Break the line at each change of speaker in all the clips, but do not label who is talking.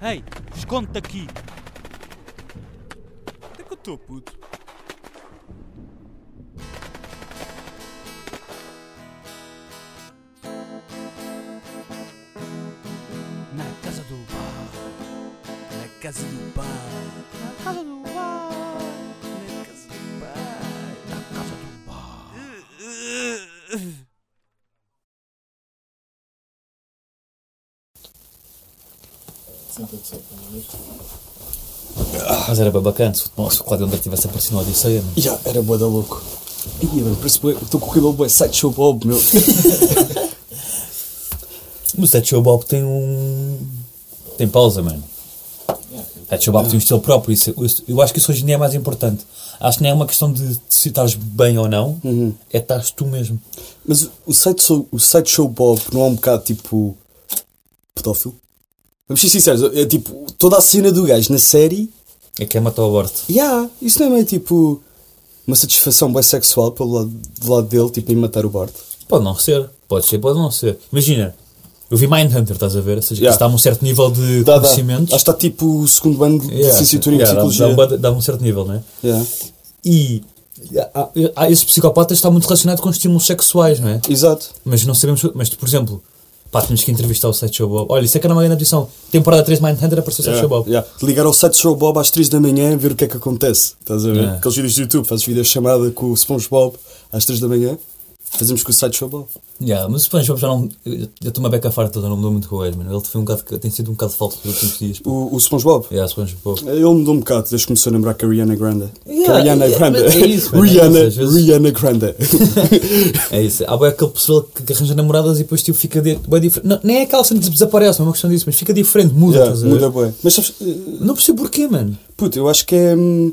Ei, esconde-te aqui.
Onde é que eu estou, puto?
Na casa do bar.
Na casa do pai.
Na casa do bar.
Na casa do pai.
Na casa do bar.
Uh,
Mas era bem bacana se o Tomás Cláudio André tivesse aparecido na Odisseia, mano.
Já, era boa da louco. Ih, mano, parece bué- estou com o cabelo bué sideshow bob, meu.
Mas o Ted Bob tem um. tem pausa, mano.
É.
O Ted Bob tem um estilo próprio. Isso, isso- eu acho que isso hoje em dia é mais importante. Acho que nem é uma questão de, se estás bem ou não,
Uhum.
é estás tu mesmo.
Mas o- o sideshow, o sideshow bob não é um bocado tipo. pedófilo? Vamos ser sinceros, é tipo. toda a cena do gajo na série.
É que é matar o aborto.
Ya, isso não é meio tipo. uma satisfação bué sexual pelo lado, do lado dele, tipo em matar o Bart.
Pode não ser, pode ser, pode não ser. Imagina, eu vi Mindhunter, estás a ver? Ou seja,
Yeah.
isso dá-me um certo nível de
Dá, dá. Acho
conhecimentos.
que está tipo o segundo ano de
Yeah,
licenciatura em
yeah, dá-
psicologia.
dá-me ba- Dá-me um certo nível, não é?
Yeah.
E há- há- esse psicopata está muito relacionado com estímulos sexuais, não é?
Exato.
Mas não sabemos. Mas, por exemplo, pá, temos que entrevistar o Sideshow Bob. Olha, isso é que era uma grande edição. Temporada 3 Mindhunter apareceu o Sideshow Bob.
É. Yeah. Ligar ao Sideshow Bob às 3 da manhã ver o que é que acontece. Estás a ver?
Yeah.
Aqueles vídeos do YouTube, fazes videochamada com o SpongeBob às 3 da manhã, fazemos com o Sideshow Bob.
Yeah, mas o SpongeBob já não. Eu eu estou uma beca farta, já não mudou muito com ele, mano. Ele foi um bocado, tem sido um bocado falso nos últimos dias. pô.
O, o SpongeBob?
Yeah, SpongeBob.
Ele mudou um bocado desde que começou a lembrar que a Rihanna Grande.
Yeah,
Rihanna
yeah,
Grande.
mas é isso, mano, é
Rihanna,
isso, às vezes-
Rihanna Grande.
É isso. Há bem aquele pessoal que que arranja namoradas e depois tipo, fica de, bué diferente. Não, nem é aquela cena que desaparece, não é uma questão disso, mas fica diferente, muda.
Yeah,
estás a ver?
muda bem. Mas sabes, eh,
Não percebo porquê, mano.
puto, eu acho que é. hum,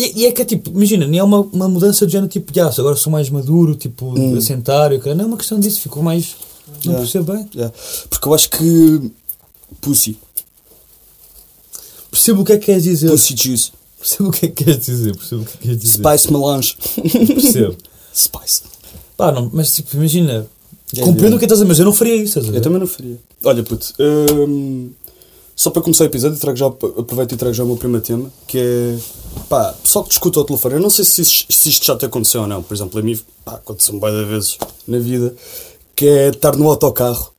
E, e é que é tipo, imagina, nem é uma, uma mudança de género tipo, ah, agora sou mais maduro, tipo, assentário, cara. não é uma questão disso, ficou mais. Não
Hum. Yeah.
percebo bem.
yeah. Porque eu acho que. Pussy.
Percebo o que é que queres dizer.
Pussy juice.
Percebo o que é que queres dizer. Percebo o que é que queres dizer.
Spice melange.
Percebo.
Spice.
Pá, não, mas tipo, imagina.
É,
Compreendo
é.
o que estás a dizer, mas eu não faria isso. Estás a ver?
Eu também não faria. Olha, puto, hum, só para começar o episódio, eu trago já, aproveito e trago já o meu primeiro tema, que é, pá, pessoal que discute ao telefone, eu não sei se, is- se isto já te aconteceu ou não, por exemplo, a mim, pá, aconteceu-me várias vezes na vida, que é estar no autocarro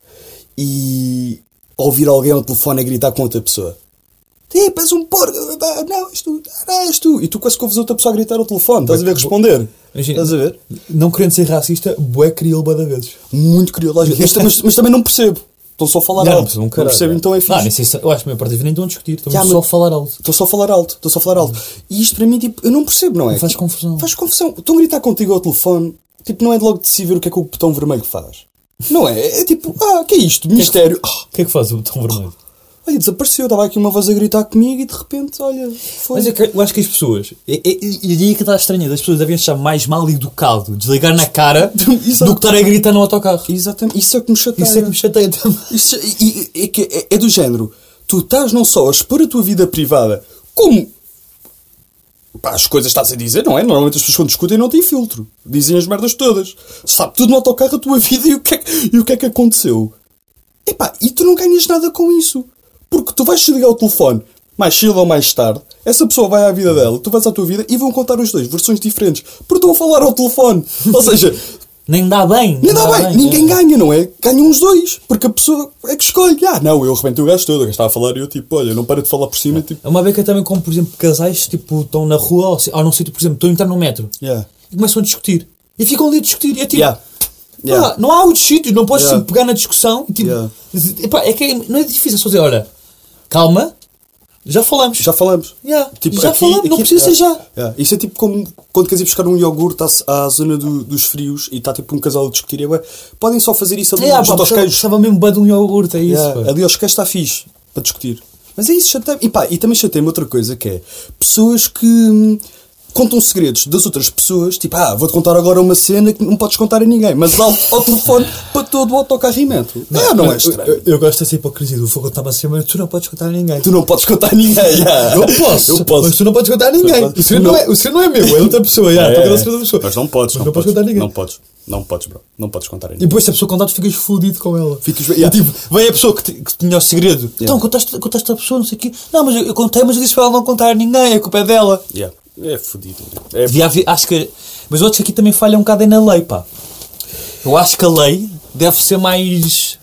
e ouvir alguém ao telefone a gritar com outra pessoa. Tipo, és um porco, ah, não, és tu, ah, não, és tu. E tu quase que ouves outra pessoa a gritar ao telefone, estás a ver, responder.
Imagina,
Estás a ver?
Não querendo ser racista, bué criou bué da vezes.
Muito criológico. Mas, mas- mas também não percebo. Estão só a falar
não,
alto.
percebo um caralho.
percebo, então é
Não,
fixe.
nem sei se- eu acho que a maior parte das vezes nem estão a discutir, estão
Já,
só a
mas-
falar alto.
Estou só a falar alto. Estou só a falar alto. E isto para mim, tipo, eu não percebo, não é?
Faz
Tipo,
confusão.
Faz confusão. Estão a gritar contigo ao telefone. Tipo, não é logo de se ver o que é que o botão vermelho faz. Não é? É tipo, ah, que é isto? Ministério. Ah,
O que é que faz o botão vermelho?
olha, desapareceu. Estava aqui uma voz a gritar comigo e de repente, olha, foi.
Mas é eu, cre- eu acho que as pessoas. E, e, e aí é que está estranho, as pessoas devem achar mais mal educado desligar na cara do que
Exato.
estar a gritar no autocarro.
Exatamente. Isso é que me chateia.
Isso é que me chateia também.
Isso, e- e- é, que é- é do género. Tu estás não só a expor a tua vida privada, como. Pá, as coisas estás a dizer, não é? Normalmente as pessoas quando discutem não têm filtro. Dizem as merdas todas. Sabe tudo no autocarro a tua vida e o que é, que- e o que, é que aconteceu. Epá, e tu não ganhas nada com isso. Porque tu vais ligar ao telefone mais cedo ou mais tarde, essa pessoa vai à vida dela, tu vais à tua vida e vão contar os dois versões diferentes. Porque estão a falar ao telefone. Ou seja,
Nem dá bem.
não dá bem, ninguém
é.
ganha, não é? Ganham os dois, porque a pessoa é que escolhe. Ah, não, eu arrebentei o gajo todo, o gajo estava a falar e eu tipo, olha, não para de falar por cima, tipo.
É uma beca também como, por exemplo, casais tipo estão na rua ou, se- ou não sei, por exemplo, estão a entrar no metro
Yeah.
e começam a discutir. E ficam ali a discutir. E é tipo.
tipo, Yeah.
pá,
Yeah.
não há outros sítios, não podes
Yeah.
tipo, pegar na discussão. e, Tipo,
Yeah.
epá, é que é- não é difícil é só dizer, olha, calma, já falamos.
Já falamos. Tipo,
Yeah. Já falamos, não precisa ser já.
Yeah. Isso é tipo como quando queres ir buscar um iogurte à, à zona do- dos frios e está tipo um casal a discutir. e Eu, "Ué, podem só fazer isso ali
É, ah, pá,
junto aos
gostava-
queijos.
gostava mesmo bué de um iogurte, é isso.
Yeah,
pá.
Ali aos queijos está fixe para discutir. Mas é isso, chatei E pá, e também chatei-me outra coisa que é pessoas que hum, contam segredos das outras pessoas, tipo, ah, vou-te contar agora uma cena que não podes contar a ninguém, mas ao, ao telefone para todo o autocarrimento. Não, é, não é estranho.
Eu, eu gosto dessa hipocrisia do vou contar uma semana, assim, tu não podes contar a ninguém.
Tu não podes contar a ninguém. já.
Eu posso,
Eu posso.
mas tu não podes contar a ninguém.
Não.
O segredo não, é, o segredo não é meu, é de outra pessoa. já,
É,
estou a
é,
contar o
é.
segredo da pessoa.
Mas não podes,
Mas
não,
não podes contar a ninguém.
Não podes, não podes, bro. Não podes contar a
E
ninguém.
depois, se a pessoa contar, tu ficas fodido com ela.
Ficas-
E,
yeah.
tipo, vem a pessoa que, te- que tinha o segredo. Então, contaste, contaste à pessoa, não sei o quê. Não, mas eu, eu contei, mas eu disse para ela não contar a ninguém, a culpa é dela.
Yeah. É fodido. É
Devia haver- acho que. Mas eu acho que aqui também falha um bocado é na lei, pá. Eu acho que a lei deve ser mais.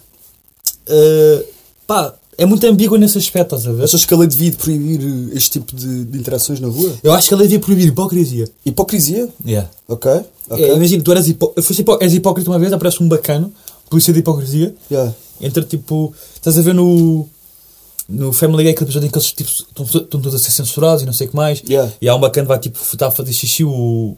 eh, pá, é muito ambígua nesse aspecto, estás a ver?
Achas que a lei devia proibir eh, este tipo de, de interações na rua?
Eu acho que a lei devia proibir hipocrisia.
Hipocrisia?
Yeah.
Ok. ok.
É, imagina, tu eras hipó foste hipó és hipócrita uma vez, aparece um bacano, polícia de hipocrisia,
Yeah.
entra tipo. Estás a ver no. No Family Guy, aquele episódio em que eles tipo, estão, estão todos a ser censurados e não sei o que mais.
Yeah.
E há um bacana que vai tipo está a fazer xixi o.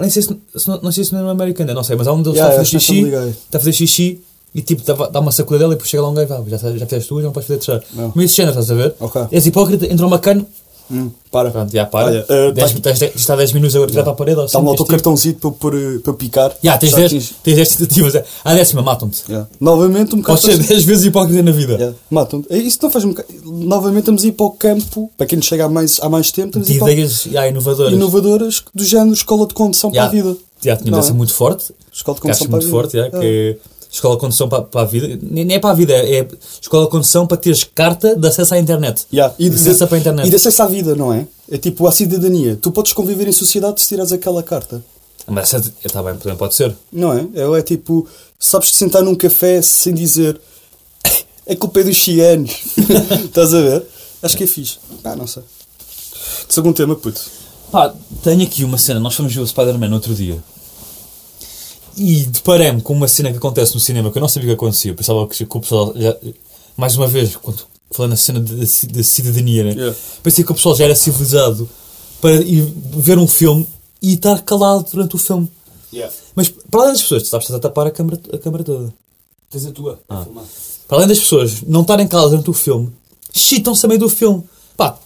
Nem sei se, se não, não sei se não é americano, não sei, mas há um deles
Yeah,
está a
acho que
fazer
é
xixi.
Family Guy.
Está a fazer xixi e tipo dá, dá uma sacudadela e depois chega lá um gajo e vai, já, já fizeste tu, já não podes fazer terceiro.
Não.
Mas esse género, estás a ver?
Ok.
És hipócrita, entra um bacano,
Hum, para.
pronto, já para.
Olha, eh,
Dez-
tá-
tens de- está 10 minutos agora tirado para a parede. ou
Está um
assim, tens de-
autocartãozinho para eu pôr, eh, para eu picar.
Já, tens
Já
10 tens dez tentativas. À décima, matam-te.
Yeah. Novamente um bocado.
Podes ser 10 vezes hipócrita na vida.
Yeah. Matam. É, Isso não faz um bocado. Novamente estamos a ir para o campo. Para quem nos chega há mais, há mais tempo, estamos a
De
ir para o-
ideias já, inovadoras.
inovadoras do género escola de condução
Já,
para a vida.
Já, tínhamos
Não
essa
é?
muito forte.
Escola de
que acho
condução para a
muito
vida.
forte, já,
Ah.
que é escola de condução para, para a vida. Nem nem é para a vida, é escola de condução para teres carta de acesso à internet.
Yeah.
E de acesso para a internet.
E de acesso à vida, não é? É tipo à cidadania. Tu podes conviver em sociedade se tirares aquela carta.
Mas essa- está bem, também pode ser.
Não é? É, é tipo, sabes-te sentar num café sem dizer é culpa é dos chianos. Estás a ver? Acho que é fixe. Pá, não sei. Segundo tema, puto.
Pá, tenho aqui uma cena. Nós fomos ver o Spider-Man no outro dia. E deparei-me com uma cena que acontece no cinema que eu não sabia que acontecia. Eu pensava que que o pessoal. Já, mais uma vez, quando falando na cena de- da ci- da cidadania, né?
Yeah.
pensei que o pessoal já era civilizado para ir ver um filme e estar calado durante o filme. Mas para além das pessoas, tu sabes, estás a tapar a câmara, a câmara toda.
Tens a tua. Ah.
Para além das pessoas não estarem caladas durante o filme, chitam-se a meio do filme. Pá,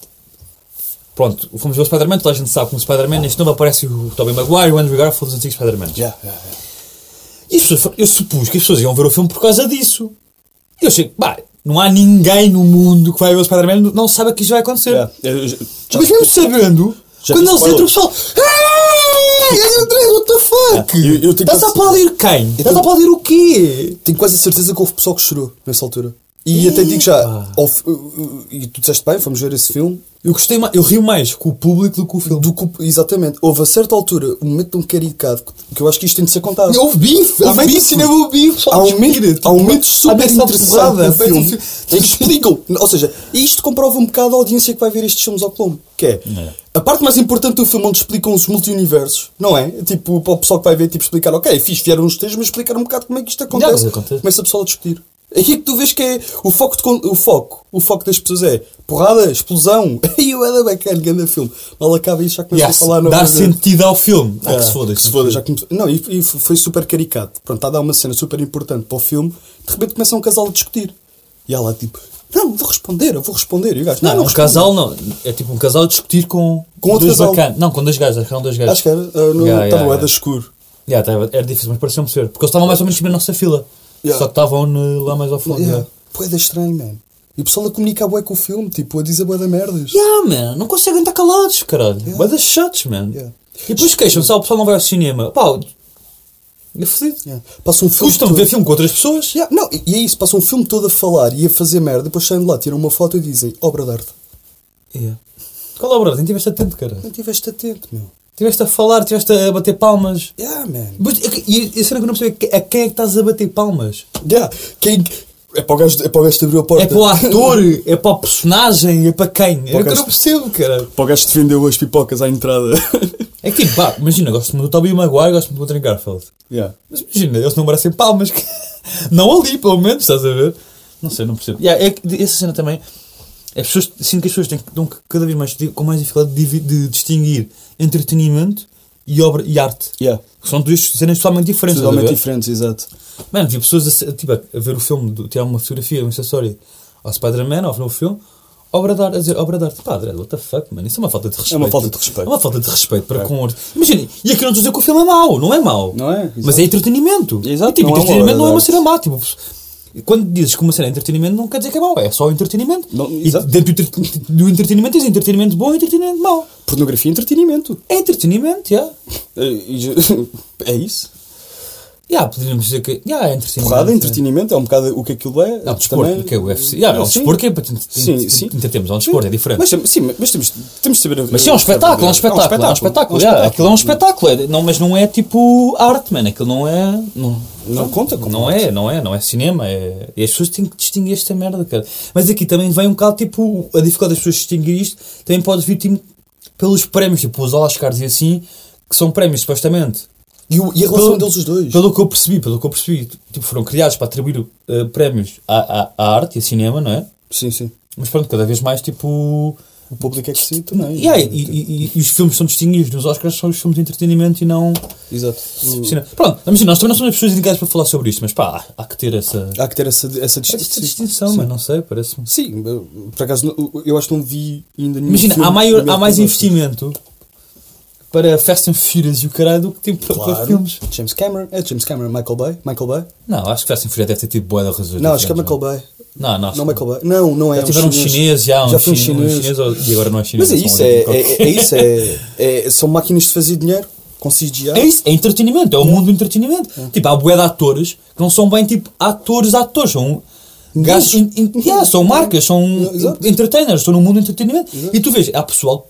pronto, fomos ver o Spider-Man, toda a gente sabe como Spider-Man, neste novo aparece o Tobey Maguire, o Andrew Garfield, os antigos Spider-Man.
Já, já, já.
E as pessoas, foram- eu supus que as pessoas iam ver o filme por causa disso. E eu achei, pá, não há ninguém no mundo que vai ver o Spider-Man e não sabe que isto vai acontecer.
Já. Eu- já- já-
Mas mesmo sabendo,
Já
quando
vi
eles entram, o
spoilers.
pessoal. "Ei, eles entraram, What the fuck?
Eu- eu tenho
Estás a
quase-
aplaudir quem? Estás
tenho-
a aplaudir o quê?
Tenho quase a certeza que houve pessoal que chorou nessa altura. E até digo já, ao fi- uh, e tu disseste bem, fomos ver esse filme.
Eu gostei mais, eu rio mais com o público do que o filme.
Do que- exatamente, houve a certa altura um momento de um caricado que- que eu acho que isto tem de ser contado.
Houve bife,
Há
houve
meio-
bife, cinema houve bife,
Há
pessoal,
um
respira,
momento,
tipo,
há um momento
há
super
dessa
interessante
porrada,
no
há dessa
filme
porrada.
em que explicam. Ou seja, isto comprova um bocado a audiência que vai ver estes filmes ao Colombo. Que é, a parte mais importante do filme onde explicam os multiuniversos, não é? Tipo, para o pessoal que vai ver, tipo, explicar, ok, fiz, vieram os três, mas explicar um bocado como é que isto acontece.
mas acontece.
Começa o pessoal a discutir. Aí é que tu vês que é o foco, de con- o foco, o foco das pessoas é porrada, explosão, e o Eda bacana, grande filme. Mal acaba e já começa
Yeah,
a falar
dá
novamente.
sentido ao filme. Ah,
É,
que se foda.
que se foda, já começou. Não, e, e foi super caricato. Pronto, está a dar uma cena super importante para o filme. De repente começa um casal a discutir. E ela tipo, não, vou responder, eu vou responder. E o gajo, não,
Não,
não,
um
respondo.
casal não. É tipo um casal a discutir com,
Com outro
dois
casal.
bacanas. Não, com dois gajos, acho que eram dois gajos.
Acho que era, uh, no
Yeah, yeah,
Tabuada
yeah.
Escuro.
Yeah, tava- era difícil, mas pareceu-me ser. Porque eles estavam mais ou menos na nossa fila.
Yeah.
Só que estavam né, lá mais ao fundo.
Yeah. Boeda estranho, man. E o pessoal a comunicar bué com o filme, tipo, a dizer bué da merdas.
Yeah, man, não conseguem estar calados, caralho. Yeah. Bada chatos, man.
Yeah.
E depois queixam-se, ah, o pessoal não vai ao cinema. Pá, é fodido.
Yeah. Passa um filme
Custam
todo-
ver filme com outras pessoas.
Yeah, Não, e e é isso, passa um filme todo a falar e a fazer merda, depois saem de lá, tiram uma foto e dizem, obra de arte.
Yeah. Qual é a brother? Nem tiveste atento, cara.
Não estiveste atento, meu.
Tiveste a falar, tiveste a bater palmas.
Yeah, man.
Mas, é que- e a cena que eu não percebo é que- a quem é que estás a bater palmas?
Yeah. Quem... É para o gajo, é para o gajo que abriu a porta.
É para o ator? é para o personagem? É para quem? É o que eu não percebo, cara.
Para o gajo que te vendeu as pipocas à entrada.
É que tipo, pá, imagina, gosto muito do Tobey Maguire, gosto muito do Andrew Garfield.
yeah.
Mas imagina, eles não merecem palmas. que- Não ali, pelo menos, estás a ver? Não sei, não percebo. Yeah, é que essa cena também. As pessoas, sinto que as pessoas têm que- estão cada vez mais di- com mais dificuldade de, divi- de distinguir entretenimento e obra e arte.
Yeah.
Que são duas cenas totalmente diferentes. estás a
Totalmente
ver?
diferentes, exato.
Mano, vi pessoas a, se- tipo, a ver o filme, do- tirar uma fotografia, uma história ao Spider-Man, ao novo filme, obra de arte, a dizer obra de arte. Pá, André, what the fuck, mano? Isso é uma falta de respeito.
uma falta de respeito.
É uma falta de respeito para com a arte. Imagina, e aqui não estou a dizer que o filme é mau, não é mau.
Não é, exato.
Mas é entretenimento.
Exato,
E, tipo,
não é uma
entretenimento
obra
não é
de
uma
arte.
cena má. Tipo, quando dizes que uma cena é entretenimento, não quer dizer que é mau, é só entretenimento.
Não,
e
exato.
dentro do, entre- do entretenimento tens entretenimento bom e entretenimento mau.
Pornografia e entretenimento.
É entretenimento, já.
É, e ju- é isso.
Já, poderíamos dizer que. Já, é entretenimento.
Porrada,
é.
entretenimento, é um bocado o que aquilo é.
Há o desporto,
também. Ah,
que é o UFC. Já, não, o
Sim.
desporto que é para te- te-
Sim,
te-
sim.
te entretemos, é um desporto, é diferente.
Mas, sim, mas temos, temos de saber.
Mas sim, é um espetáculo, é um espetáculo, é um espetáculo. é, Aquilo é um espetáculo, é, não, mas não é tipo arte, mano. Aquilo não é. Não,
Não conta como
Não é, não é, não é cinema. É, e as pessoas têm que distinguir esta merda, cara. Mas aqui também vem um bocado tipo. A dificuldade das pessoas distinguir isto também pode vir tipo, pelos prémios, tipo os Oscars e assim, que são prémios supostamente.
E, o- e a relação deles os dois.
Pelo que eu percebi, pelo que eu percebi, tipo, foram criados para atribuir eh, prémios à, à, à arte e a cinema, não é?
Sim, sim.
Mas pronto, cada vez mais tipo.
O público é que se também. é-
E, aí, e, e- e os filmes são distinguidos nos Oscars, são os filmes de entretenimento e não.
Exato.
Cinema. Pronto, vamos dizer, nós também não somos as pessoas indicadas para falar sobre isto, mas pá, há, há que ter essa,
Há que ter essa, essa distinção.
essa distinção, mas não sei, parece-me.
Sim, eu- por acaso não- eu acho que não vi ainda nenhum.
Imagina,
filme
há, maior, há
nomeado
mais
para
investimento para Fast and Furious e o caralho do que tipo para,
Oscar.
para filmes.
Claro. James Cameron. É James Cameron. Michael Bay. Michael Bay.
Não, acho que Fast and Furious deve ter tido boa da razão.
Não, acho que é Michael Bay.
Não, não, acho
Não,
que-
Michael Bay. Não, não é.
Já tiveram um chinês, já, um,
Já foi um
chinês, um
chinês.
chinês, ou- e agora não é chinês.
Mas é
são
isso, é,
olímpico.
é, é isso, é, é- são máquinas de fazer dinheiro com CGI.
É isso, é entretenimento, é o mundo do entretenimento. Tipo, há bué de atores que não são bem tipo atores, atores, são gajos, in- in- yeah, são marcas, são
exato.
entertainers, estão no mundo do entretenimento. E tu vês, há pessoal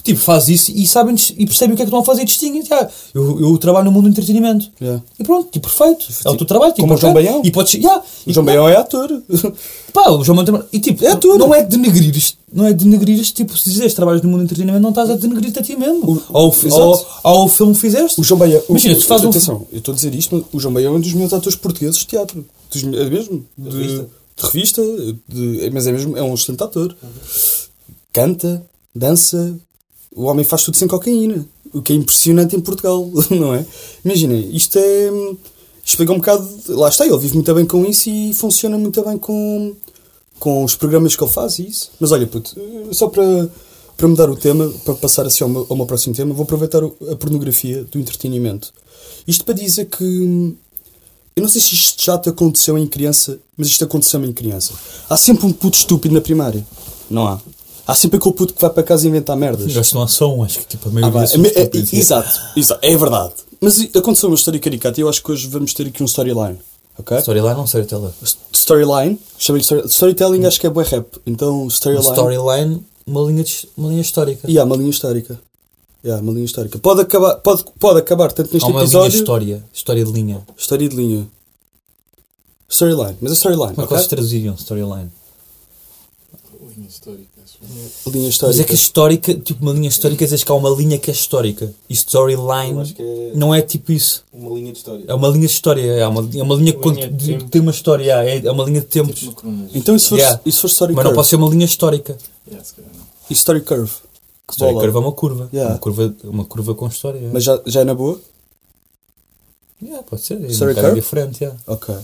que tipo, faz isso e sabem dis- e percebem o que é que estão a fazer e distinguem. Yeah, eu, eu trabalho no mundo do entretenimento.
Yeah.
E pronto, tipo, perfeito. É o teu trabalho. Tipo,
Como o João
ok.
Baião.
E podes, yeah,
O
e-
João Baião é ator.
Pá, o João Baião também- E tipo,
É ator.
não é denegrir isto. Não é denegrir isto, tipo, se dizes trabalhas no mundo do entretenimento, não estás a denegrir-te a ti mesmo.
O-
ou, o fi-
Exato.
ou, ou o filme que fizeste.
O João Baião. o-
Imagina, tu fazes um
Atenção, eu estou a dizer isto, mas o João Baião é um dos meus atores portugueses de teatro. Dos, é mesmo? De,
revista.
de revista, de- é- mas é mesmo, é um excelente ator. Canta, dança, o homem faz tudo sem cocaína. O que é impressionante em Portugal, não é? Imagina, isto é. hum, Explica um bocado. Lá está, ele vive muito bem com isso e funciona muito bem com, com os programas que ele faz e isso. Mas olha, puto, eh, só para, para mudar o tema, para passar assim ao meu, ao meu próximo tema, vou aproveitar o- a pornografia do entretenimento. Isto para dizer que. hum, Eu não sei se isto já te aconteceu em criança, mas isto aconteceu-me em criança. Há sempre um puto estúpido na primária. Não há. Há sempre aquele puto que vai para casa inventar merdas.
Gajos não são, acho que tipo a
Ah,
maioria
pá,
são
é- é-
estúpidos, é.
exato, exato, é verdade. Mas i- aconteceu uma história caricata e eu acho que hoje vamos ter aqui um storyline. Ok?
Storyline não storyteller.
S- Storyline, chama story, storytelling acho que é bué rap. Então,
Um
storyline.
storyline, uma linha, de- uma linha histórica.
E há uma linha histórica. E há uma linha histórica. Pode acabar, pode, pode acabar tanto
Há
neste
uma linha
episódio.
história, história de linha.
História de linha. Storyline, mas é storyline.
Como é que
ok?
vocês traduziam storyline?
Linha
Mas
histórica.
é que a histórica, tipo uma linha histórica, dizes que há uma linha que é histórica. E
Eu
storyline
acho que é-
não é tipo isso.
Uma linha de história.
É uma linha de história, é uma, é uma linha que
Uma
cont-
linha de
de-
tempo.
que tem uma história, é, é uma linha de tempos.
Tipo no cronos.
Então, isso for,
Yeah.
isso for story
Mas não
curve.
pode ser uma linha histórica.
Yeah, se calhar não.
E story curve. Que
História
bola.
curva é uma curva.
Yeah.
Uma curva. Uma curva com história. é.
Mas já, já é na boa?
Yeah, pode ser. É
Story
um bocado
curve?
diferente, yeah.
Ok.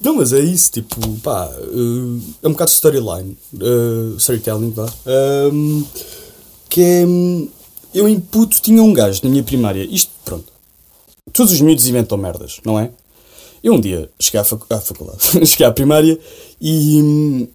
Não, mas é isso, tipo, pá, eh, é um bocado de storyline, eh, storytelling, vá. Ahm, que é. hum, Eu em puto tinha um gajo na minha primária, isto, pronto. Todos os miúdos inventam merdas, não é? Eu um dia cheguei à, facu- à faculdade, cheguei à primária e. hum,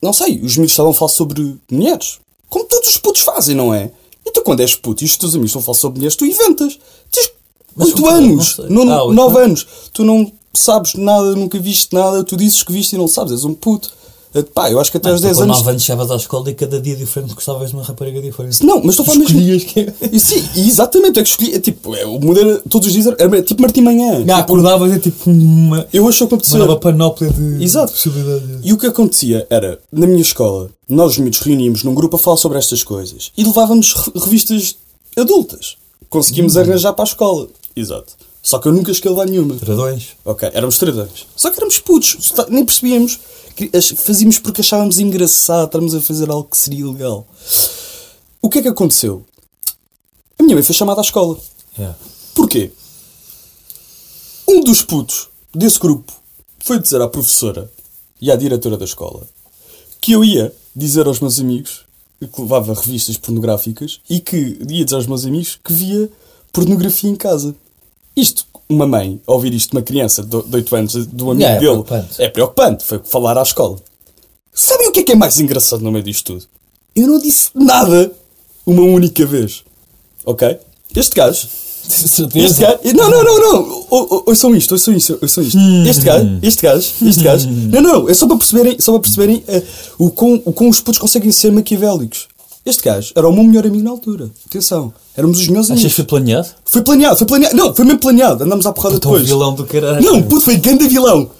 Não sei, os miúdos estavam a falar sobre mulheres. Como todos os putos fazem, não é? E tu, quando és puto e os teus amigos estão a falar sobre mulheres, tu inventas. Tens
Mas
8
como é?
anos,
Não sei.
não
Ah, oito
9
anos.
anos, tu não sabes nada, nunca viste nada, tu dizes que viste e não sabes, és um puto. Eh, Pá, eu acho que até aos
Tu,
10
quando
anos.
nove anos chegavas à escola e cada dia diferente gostavas de uma rapariga diferente.
Não, mas estou a falar mesmo.
Escolhias que-
E sim, e exatamente, é que escolhi. é tipo, é, o modelo era- todos os dias era, era tipo Martim Manhã.
Ah, acordavas é tipo uma,
Eu acho que
uma
aconteceu.
nova panóplia de,
Exato.
de possibilidades.
E o que acontecia era, na minha escola, nós os miúdos reuníamos num grupo a falar sobre estas coisas e levávamos re- revistas adultas. Conseguimos
Hum.
arranjar para a escola. Exato. Só que eu nunca cheguei lá nenhuma.
Tradões.
Ok, éramos tradões. Só que éramos putos, só- nem percebíamos. Que- as- Fazíamos porque achávamos engraçado estarmos a fazer algo que seria ilegal. O que é que aconteceu? A minha mãe foi chamada à escola.
Yeah.
Porquê? Um dos putos desse grupo foi dizer à professora e à diretora da escola que eu ia dizer aos meus amigos que levava revistas pornográficas e que ia dizer aos meus amigos que via pornografia em casa. Isto, uma mãe, ouvir isto de uma criança de 8 anos, de um amigo
É, é
dele,
preocupante.
é preocupante. Foi falar à escola. Sabem o que é que é mais engraçado no meio disto tudo? Eu não disse nada uma única vez. Ok? Este gajo este
Certeza?
gajo. Não, não, não, não. O- o- Ouçam isto, ouçam isto, ouçam isto.
Hum.
Este gajo, este gajo, este gajo. Não, não, é só para perceberem, só para perceberem eh, o, quão, o quão os putos conseguem ser maquiavélicos. Este gajo era o meu melhor amigo na altura. Atenção, éramos os meus
Achas que
amigos.
foi planeado?
Foi planeado, foi planeado. Não, foi mesmo planeado. Andámos à porrada
Puta, um
depois.
vilão do caralho.
Não, puto, foi grande vilão.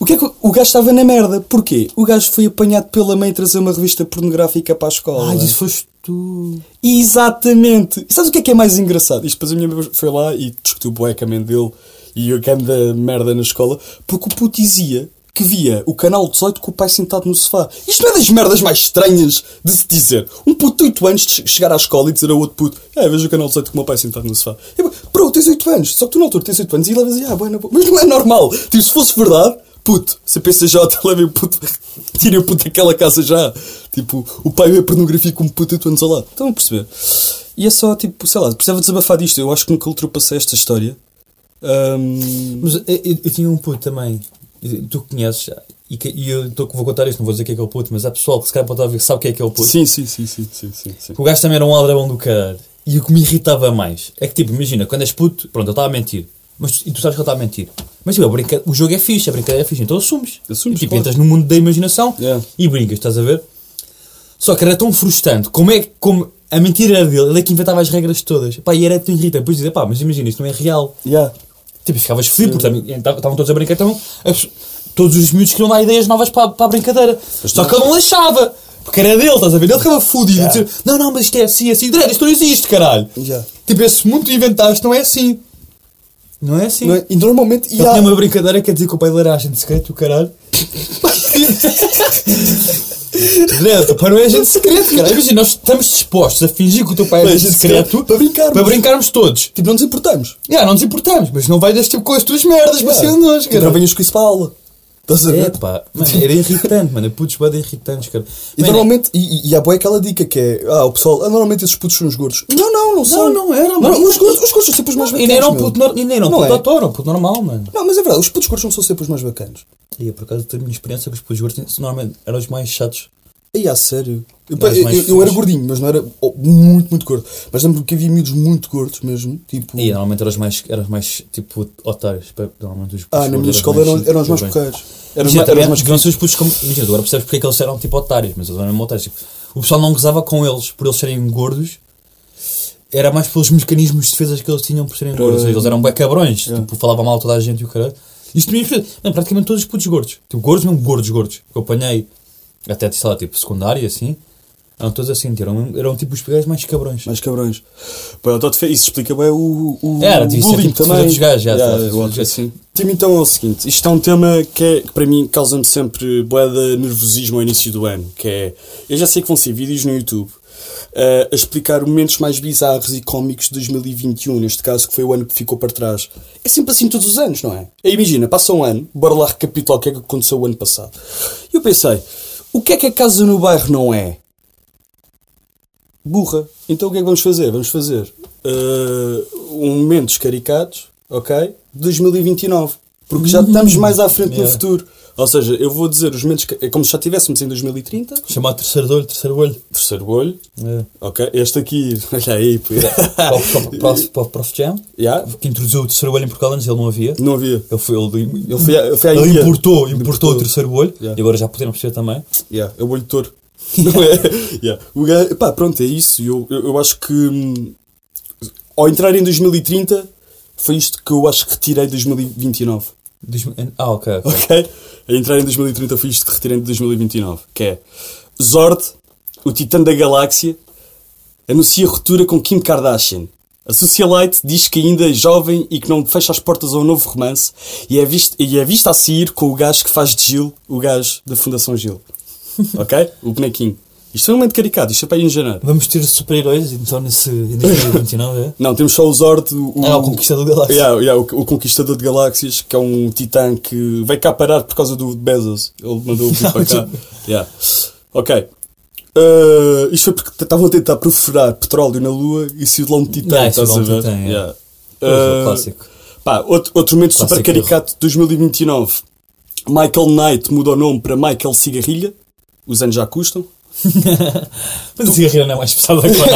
O que é que o- o gajo estava na merda? Porquê? O gajo foi apanhado pela mãe trazer uma revista pornográfica para a escola.
Ah, isso foste tu.
Exatamente. E sabes o que é que é mais engraçado? Isto depois a minha mãe foi lá e discutiu bué com a mãe dele e eu ganho da merda na escola porque o puto dizia que via o canal 18 com o pai sentado no sofá. Isto não é das merdas mais estranhas de se dizer. Um puto de 8 anos de chegar à escola e dizer ao outro puto ah, vejo o canal 18 com o meu pai sentado no sofá. E eu, bro, tens 8 anos. Só que tu na altura tens 8 anos e levas e ah, bueno, mas não é normal. Tipo, se fosse verdade, Puto, CPCJ, levem o puto, tirem o puto daquela casa já. Tipo, o pai vê pornografia como puto e tu andas ao lado. Estão a perceber? E é só, tipo, sei lá, precisava desabafar disto. Eu acho que nunca ultrapassei esta história. Ahm,
Mas eu, eu- eu tinha um puto também, e tu conheces, já, e, que- e eu tô- vou contar isto, não vou dizer o que é que é o puto, mas há pessoal que se calhar pode estar a ver que sabe o que é que é o puto.
sim, sim, sim, sim, sim, sim, sim.
Que o gajo também era um aldrabão do caralho. E o que me irritava mais é que, tipo, imagina, quando és puto, pronto, ele estava a mentir. Mas, tu- e tu sabes que ele está a mentir. Mas, tipo, a brinca... o jogo é fixe, a brincadeira é fixe, então assumes.
Assumes,
e, tipo,
claro.
entras no mundo da imaginação
Yeah.
e brincas, estás a ver? Só que era tão frustrante. Como é que. Como... A mentira era dele, ele é que inventava as regras todas. Pá, e era tão irritante. Depois dizia, pá, mas imagina, isto não é real.
Yeah.
Tipo, ficavas feliz, porque também- então, estavam todos a brincar, então as- todos os miúdos queriam dar ideias novas para, para a brincadeira. Só que ele não deixava, porque era dele, estás a ver? Ele ficava fodido, a dizer, não, não, mas isto é assim, assim, Dredd, isto não existe, caralho.
Yeah.
Tipo, esse mundo que inventaste não é assim. Não é assim.
Não é? E normalmente.
Ele
yeah.
tinha uma brincadeira que é dizer que o pai dele era agente secreto, o caralho. Direto, o pai não é agente secreto, caralho. Imagina, nós estamos dispostos a fingir que o teu pai é
Mas,
agente secreto
Para brincarmos.
para brincarmos todos.
Tipo, não nos importamos.
Yeah, não nos importamos, mas não vai deste tipo com as tuas merdas para cima de nós,
Tipo, não
cara.
venhas com isso para a aula. Estás a ver?
É, pá, mano, era irritante, mano. Putos bada irritantes, cara.
E
Mano,
normalmente, e, e- e há boa aquela dica que é, ah, o pessoal, ah, normalmente esses putos são os gordos. Não, não, não são.
não
Não,
eram, mano.
os gordos, os gordos são sempre os mais
e
bacanas.
nem era um
meu.
puto, nor- e nem era um
Não
puto
é?
ator, um puto normal, mano.
Não, mas é verdade, os putos gordos não são sempre os mais bacanas.
E por causa da minha experiência com os putos gordos, normalmente eram os mais chatos.
Aí, a sério. Eu,
Mas
eu-
mais
eu- eu era
fixe.
gordinho, mas não era oh, muito, muito gordo. Mas lembro-me que havia miúdos muito gordos mesmo, tipo...
E normalmente eram os mais, eram os mais tipo, otários. pá, Normalmente os putos
ah, na
gordos
minha escola eram, eram os mais
bem.
porreiros. Eram os mais-
Imagina,
eram os
também
mais
deviam ser os putos como. Imagina, agora percebes porque é que eles eram tipo otários, mas eles eram mesmo otários. Tipo, o pessoal não gozava com eles por eles serem gordos, era mais pelos mecanismos de defesa que eles tinham por serem gordos. Eles eram bem cabrões, tipo, falavam mal a toda a gente e o caralho. Isto me Mano, praticamente todos os putos gordos. Tipo, gordos mesmo, gordos, gordos. Que eu apanhei até, sei lá, tipo, secundária, assim. Eram todos assim, eram, eram tipo os gajos mais cabrões.
Mais cabrões. Pá, eu tô de fe- Isso explica bem o, o,
Era,
o
devia ser
bullying
tipo defesa
também.
dos gajos, já,
Yeah,
defesa dos
eu acho
gajos.
que sim. Tema então é o seguinte, isto é um tema que, é, que para mim causa-me sempre bué de nervosismo ao início do ano, que é, eu já sei que vão ser vídeos no YouTube eh, a explicar momentos mais bizarros e cómicos de 2021, neste caso que foi o ano que ficou para trás. É sempre assim todos os anos, não é? Aí imagina, passa um ano, bora lá recapitular o que é que aconteceu o ano passado. E eu pensei, o que é que a casa no bairro não é? burra. Então o que é que vamos fazer? Vamos fazer uh, um momento caricatos, ok? 2029. Porque já estamos mais à frente no
yeah.
futuro. Ou seja, eu vou dizer os momentos. ca- É como se já estivéssemos em 2030.
Chamado terceiro olho, terceiro olho.
Terceiro olho.
É.
Ok? Este aqui. Olha aí. pô.
Para o- para o- para o- para o Prof Jam,
Yeah,
que introduziu o terceiro olho em Portugal, antes ele não havia.
Não havia.
Ele foi, ele,
Ele foi, à- ele foi à
Ele
Índia.
importou, importou o terceiro olho
Yeah.
e agora já puderam perceber também.
Yeah, é o olho de touro. Não é? Yeah. O gajo, pá, pronto, é isso. Eu, eu, eu acho que hum, ao entrar em 2030 foi isto que eu acho que retirei de 2029.
Diz-me- Ah, ok. ok.
Ok? A entrar em 2030 foi isto que retirei de 2029. Que é Zord, o titã da galáxia, anuncia ruptura com Kim Kardashian. A socialite diz que ainda é jovem e que não fecha as portas a um novo romance e é vista, e é vista a sair com o gajo que faz de Gil, o gajo da Fundação Gil. Ok? O bonequinho. Isto é um momento caricato, isto é para ir em janeiro.
Vamos ter super-heróis então nesse em 2029, é?
Não, temos só o Zord, o,
Ah, o Conquistador da Galáxia.
Yeah, yeah, o, o Conquistador de Galáxias, que é um titã que veio cá parar por causa do Bezos. Ele mandou o vir para cá. Yeah. Ok. Uh, isto foi porque t- estavam a tentar perfurar petróleo na Lua e saiu de lá um titã.
Yeah, isso
estás
é
a
um
ver?
titã, yeah.
Yeah. Uh,
Pois, é o clássico.
Pá, outro, outro momento
Clássico
super caricato de 2029. Michael Knight muda o nome para Michael Cigarrilha. Os anos já custam.
Mas a cigarreira não é mais pesada que lá.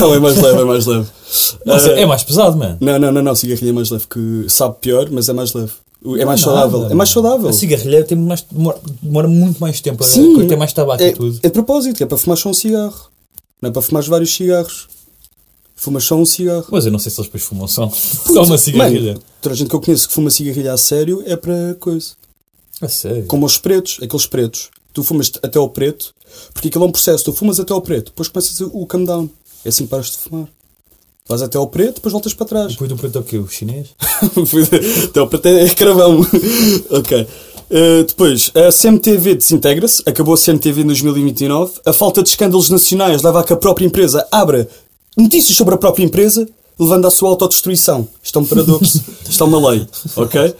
não, é mais leve, é mais leve.
Nossa,
Uh,
é mais pesado, mano.
Não, não, não, não, cigarrilha é mais leve que sabe pior, mas é mais leve. O- É mais
Não,
saudável.
nada,
é mais
mano.
saudável.
A cigarrilha é, tem mais, demora, demora muito mais tempo a
Sim,
tem mais tabaco
é,
e tudo.
é de propósito, que é para fumar só um cigarro. Não é para fumar vários cigarros. Fumas só um cigarro.
Mas eu não sei se eles depois fumam só, só uma cigarrilha.
Mano, toda a gente que eu conheço que fuma cigarrilha a sério é para coisa.
A É sério.
Como os pretos, aqueles pretos. Tu fumas até ao preto, porque aquilo é um processo. Tu fumas até ao preto, depois começas o come down. É assim que paras de fumar. Vais até ao preto, depois voltas para trás.
Depois do preto é o quê? O chinês?
então, para ter é cravão. ok. Uh, depois, a CMTV desintegra-se, acabou a CMTV em 2029. A falta de escândalos nacionais leva a que a própria empresa abra notícias sobre a própria empresa, levando à sua autodestruição. Isto é um paradoxo, isto é uma lei. Ok?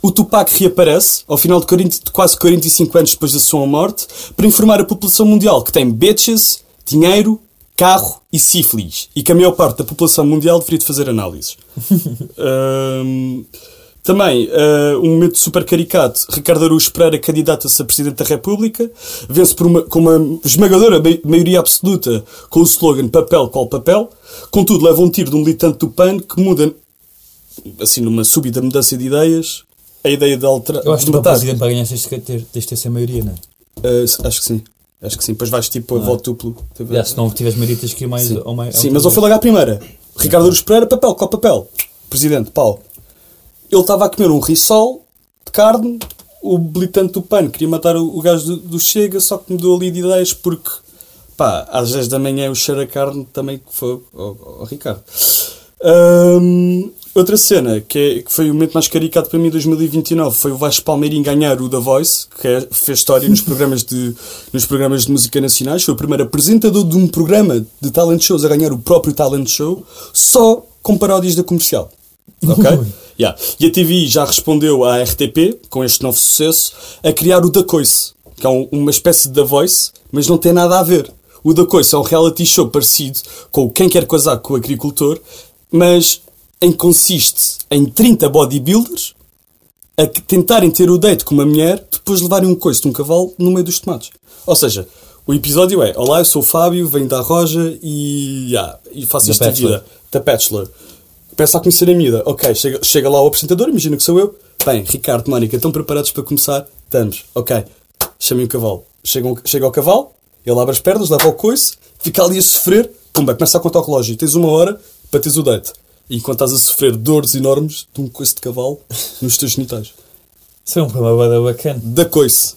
O Tupac reaparece, ao final de, 40 de quase 45 anos depois da sua morte, para informar a população mundial que tem bitches, dinheiro, carro e sífilis. E que a maior parte da população mundial deveria de fazer análises. Ahm, também, ah, um momento super caricato. Ricardo Araújo Pereira candidata-se a Presidente da República, vence por uma, com uma esmagadora mai- maioria absoluta com o slogan papel qual papel. Contudo, leva um tiro de um militante do PAN que muda, assim, numa súbita mudança de ideias, a ideia de alterar.
Eu acho
de
que para
matar.
presidente para ganhar tens de ter, tens de ter essa maioria, não é?
Ah, acho que sim. Acho que sim. Depois vais tipo a voto duplo.
Já, se não tiveres maioria tens que ir mais
Sim,
ao mais.
Sim, mas ele foi logo à primeira. Ricardo Aruz Pereira, papel, qual papel? Presidente, pau. Ele estava a comer um risol de carne, o militante do PAN queria matar o, o gajo do, do Chega, só que mudou ali de ideias porque, pá, às 10 da manhã o cheiro a carne também foi ao, ao Ricardo. Hum, outra cena que, é- que foi o momento mais caricado para mim em 2029 foi o Vasco Palmeirinho ganhar o The Voice, que é- fez história nos programas, de, nos programas de música nacionais. Foi o primeiro apresentador de um programa de talent shows a ganhar o próprio talent show só com paródias da comercial. Ok? Yeah. E a TV já respondeu à RTP, com este novo sucesso, a criar o Da Coice, que é um- uma espécie de The Voice, mas não tem nada a ver. O Da Coice é um reality show parecido com o Quem Quer Casar com o Agricultor, mas em que consiste em 30 bodybuilders a que tentarem ter o date com uma mulher, depois levarem um coice de um cavalo no meio dos tomates. Ou seja, o episódio é: Olá, eu sou o Fábio, venho da Roja e, yeah, e faço
Da
esta
Bachelor.
vida. Da Bachelor. Peço a conhecer a miúda. Ok, chega, chega lá o apresentador, imagina que sou eu. Bem, Ricardo, Mónica, estão preparados para começar? Estamos. Ok, chamem o cavalo. Chegam, chega ao cavalo, ele abre as pernas, leva o coice, fica ali a sofrer, pumba, começa a contar o relógio. Tens uma hora para teres o date. Enquanto estás a sofrer dores enormes de um coice de cavalo nos teus genitais.
Isso é um programa bué da bacana.
Da coice.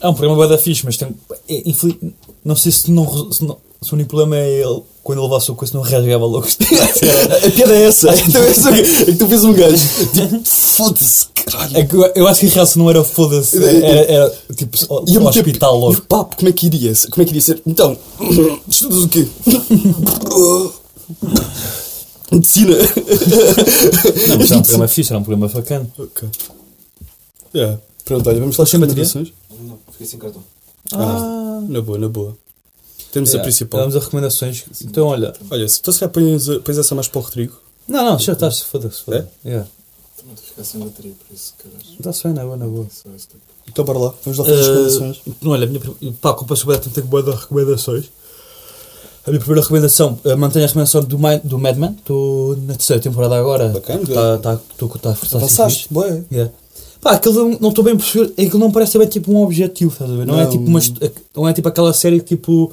É um programa bué da fixe, mas tem. é infeliz- Não sei se, não, re- se, não- se o único problema é ele, quando ele levava a sua coisa, não rasgava logo os tipo
A piada é essa. Então é isso que- é que tu vês um gajo. Tipo, foda-se, caralho.
É que eu- eu acho que a reação não era o foda-se, era, era, tipo ao,
É, E é eu
ao
meter-
hospital
E o
logo.
papo, como é que iria ser? Como é que iria ser? Então, estudas o quê? Medicina. É
Não, mas era um programa fixe, era um programa bacana.
ok. Yeah. Pronto, olha, vamos lá
Sem
chamar
bateria?
recomendações.
Não, fiquei sem cartão.
Ah, na boa, na boa. Temos a
Yeah.
principal.
Damos as recomendações. Então, olha.
Olha, se tu se calhar pões a- pões essa mais para o Rodrigo.
Não, não, já estás, foda-se, foda-se. Yeah.
Também estou a ficar sem bateria, por isso, caralho.
Está-se É? bem, na boa, na boa.
Só esta.
Então bora lá, vamos lá fazer as recomendações.
Ah, não, olha, a minha, prim- pá, com a Sobrada tem que ter boa de recomendações. A minha primeira recomendação, ah, mantenho a recomendação do, Ma- do Madman. Estou na terceira temporada agora.
Bacana,
Tá- tá- Estou tá, a forçar
Avançaste, boa.
Yeah. Pá, aquilo não- não estou bem a perceber. Aquilo não parece bem tipo um objetivo, estás a ver? Não, é
Não.
tipo uma, hist- não é tipo aquela série que tipo.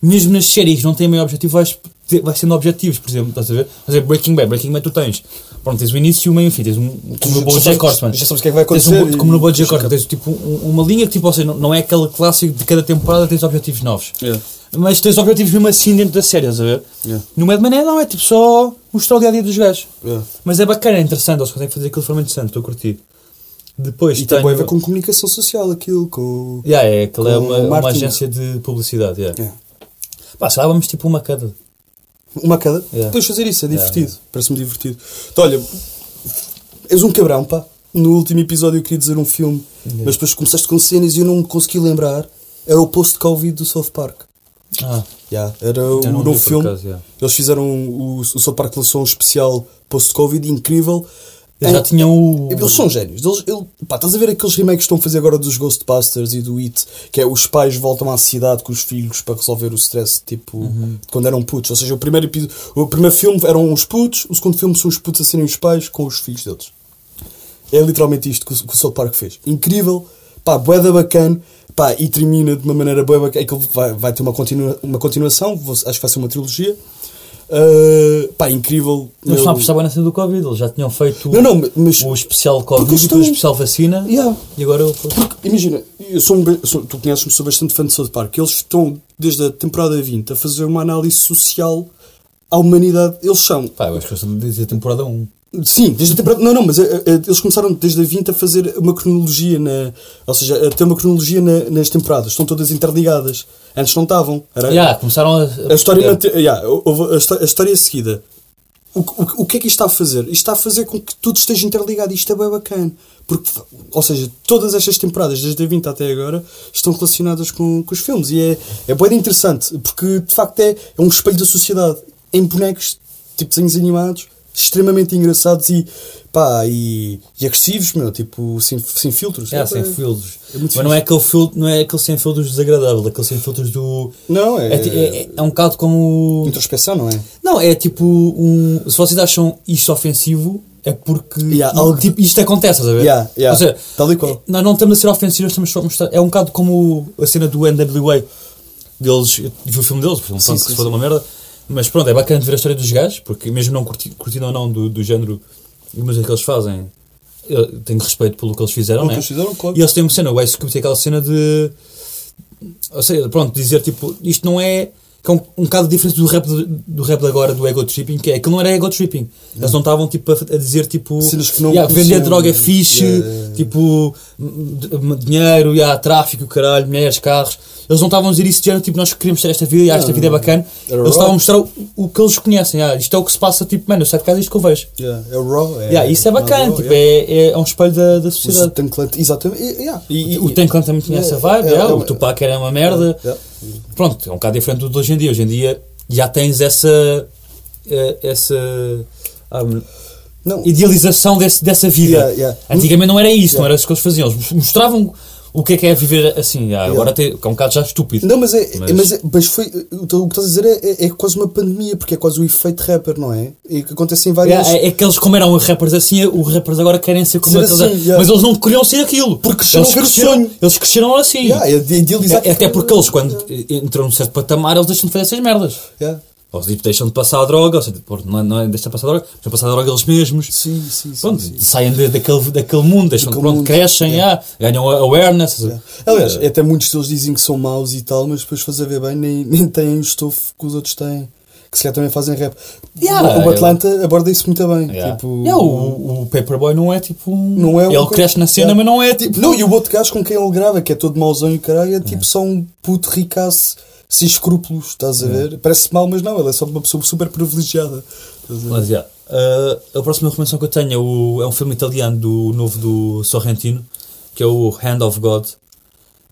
Mesmo nas séries não tem meio objetivo, vais, ter- vais sendo objetivos, por exemplo, estás a ver? Por exemplo, Breaking Bad, Breaking Bad tu tens. Pronto, tens o início e o meio e o fim, tens um. Como
já
no
sabes-
Bojack Horseman.
já sabes o que é que vai
Tens um-
acontecer e-
como no Bojack Horseman, tens tipo um- uma linha que tipo, ou seja, não, não é aquele clássico de cada temporada tens objetivos novos.
Yeah.
Mas tens objetivos mesmo assim dentro da série, estás a ver?
Yeah.
No Madman é não, é tipo só mostrar o dia a dia dos gajos.
Yeah.
Mas é bacana, é interessante, eles conseguem fazer aquilo de forma interessante, estou a curtir. Depois
E tem
tenho...
bué a ver com comunicação social, aquilo, com.
Yeah, é, aquilo é
com
uma, uma
marketing.
agência de publicidade. Yeah.
Yeah.
Pá, se lá vamos tipo uma cada.
Uma cada.
Yeah.
Depois fazer isso, é
Yeah,
divertido. Parece-me divertido. Então, olha, és um cabrão, pá. No último episódio eu queria dizer um filme, mas depois começaste com cenas e eu não me consegui lembrar. Era o post-Covid do South Park.
Ah,
Yeah, era
não
o
vi,
novo
por
filme.
acaso, yeah.
Eles fizeram. O, o South Park lançou um especial post-Covid incrível.
eles já
Em-
tinham o.
Eles são génios. Eles, ele- pá, estás a ver aqueles remakes que estão a fazer agora dos Ghostbusters e do It, que é os pais voltam à cidade com os filhos para resolver o stress, tipo,
Uhum.
de quando eram putos. Ou seja, o primeiro, epi- o primeiro filme eram os putos, o segundo filme são os putos a serem os pais com os filhos deles. É literalmente isto que o, que o South Park fez. Incrível, pá, boeda bacana, pá, e termina de uma maneira boa bacana. É que ele vai, vai ter uma, continua, uma continuação, vou- acho que vai ser uma trilogia. Uh, pá, incrível.
Mas
Eu-
não apostavam nessa do Covid, eles já tinham feito
Não, não, mas-
o especial
Porque
Covid
eles
e
estão-
depois o especial vacina
Yeah.
e agora eu.
Porque, imagina, eu sou um, ba- sou- tu conheces-me, sou bastante fã de South Park. Eles estão, desde a temporada 20, a fazer uma análise social à humanidade. Eles são.
Pá, eu acho que eles estão a dizer temporada 1.
Sim, desde a temporada. Não, não, mas eh, eh, eles começaram desde a 20 a fazer uma cronologia na. Ou seja, a ter uma cronologia na- nas temporadas. Estão todas interligadas. Antes não estavam. Era,
Yeah, começaram a.
a história, mante- yeah, houve a, histó- a história é seguida. O, que- o que- o que é que isto está a fazer? Isto está a fazer com que tudo esteja interligado. Isto é bem bacana. Porque, ou seja, todas estas temporadas, desde a 20 até agora, estão relacionadas com, com os filmes. E é, é bem interessante, porque de facto é, é um espelho da sociedade. Em bonecos, tipo desenhos animados, extremamente engraçados e, pá, e, e agressivos, meu, tipo, sem, sem filtros.
Yeah,
É,
sem
pá,
filtros.
é
Mas
muito
não é, aquele filtro, não é aquele sem filtros desagradável, é aquele sem filtros do.
Não, é-
É, ti- é- é um bocado como.
Introspeção, não é?
Não, é tipo um. Se vocês acham isto ofensivo, é porque
Yeah,
e,
algo-
tipo, isto acontece, estás a ver?
Yeah, yeah,
Ou seja, é,
tal e qual.
Nós não estamos a ser ofensivos, estamos só a mostrar. É um bocado como a cena do NWA deles. Eu vi o filme deles, é por exemplo, pronto,
sim,
se for de uma merda. Mas pronto, é bacana de ver a história dos gajos, porque mesmo não curti- curtindo ou não do, do género de música que eles fazem, eu tenho respeito pelo que eles fizeram,
Pelo
né?
que eles fizeram, claro.
E eles têm uma cena, o Ice Cube tem aquela cena de. Ou seja, pronto, dizer tipo, isto não é. Que é um, um bocado diferente do rap, de- do rap de agora, do ego tripping, que é aquilo não era ego tripping. Eles não estavam tipo a, a dizer tipo.
É. Cenas que não
"Yeah, vender
conheciam,
droga é
né?
fixe,
Yeah, yeah, yeah.
tipo. d- m- Dinheiro, yeah, tráfico, caralho, mulheres, carros. Eles não estavam a dizer isso de género, tipo, nós queremos ter esta vida, yeah, esta
Não,
vida é
não.
bacana.
Era
eles estavam
rock.
a mostrar o, o que eles conhecem, yeah, isto é o que se passa, tipo, mano, eu saio de casa e isto que eu vejo.
Yeah, é raw. É,
Yeah, isso é bacana,
raw,
tipo,
yeah.
é, é, é um espelho da, da
O
sociedade.
Tanclant, exatamente. e- yeah.
E, o Tankland também tinha
é,
essa vibe,
é,
yeah,
é,
o
é.
Tupac era uma merda.
Yeah.
Pronto, é um bocado diferente do de hoje em dia. Hoje em dia já tens essa. eh, essa. ah,
Não,
idealização desse, dessa vida.
Yeah, yeah.
Antigamente não era isso, não
Yeah.
era isso que eles faziam. Eles mostravam o que é que é viver assim. Ah, Agora tem, que é um bocado já estúpido.
não, mas é.
Mas-
Mas, é- mas foi. O que estás a dizer é, é, é quase uma pandemia, porque é quase o efeito rapper, não é? E que acontece em várias.
É, é que eles, como eram rappers assim, os rappers agora querem ser como
Ser
aqueles.
assim, yeah.
Mas eles não queriam ser aquilo. Porque
cresceram
eles
a ver o
cresceram,
sonho.
eles cresceram assim.
Yeah, é de idealizar.
É- Até porque eles, quando entram num certo patamar, eles deixam de fazer essas merdas.
Yeah.
Ou tipo, deixam de passar a droga, ou seja, tipo, não, é- não é deixam de passar a droga, deixam de passar a droga eles mesmos.
Sim, sim, sim,
Pronto,
sim.
saem de- daquele, daquele mundo, deixam,
Daquele
pronto,
mundo,
crescem, ah, ganham a- awareness.
Aliás, é, até muitos deles dizem que são maus e tal, mas depois fazes a ver bem, nem, nem têm o estofo que os outros têm. Que se calhar também fazem rap.
Yeah,
o, o
eu-
Atlanta aborda isso muito bem.
Yeah.
Tipo,
Yeah, o, o Paperboy não é tipo um.
Não é um
ele
co-
cresce na cena,
Yeah.
mas não é tipo.
Não, e o outro gajo com quem ele grava, que é todo mauzão e o caralho, é tipo só um puto ricaço sem escrúpulos,
É.
estás a ver? Parece mal, mas não, ele é só uma pessoa super privilegiada. Estás a ver?
Mas, yeah. Ah, a próxima recomendação que eu tenho é, o- é um filme italiano do novo do Sorrentino, que é o Hand of God.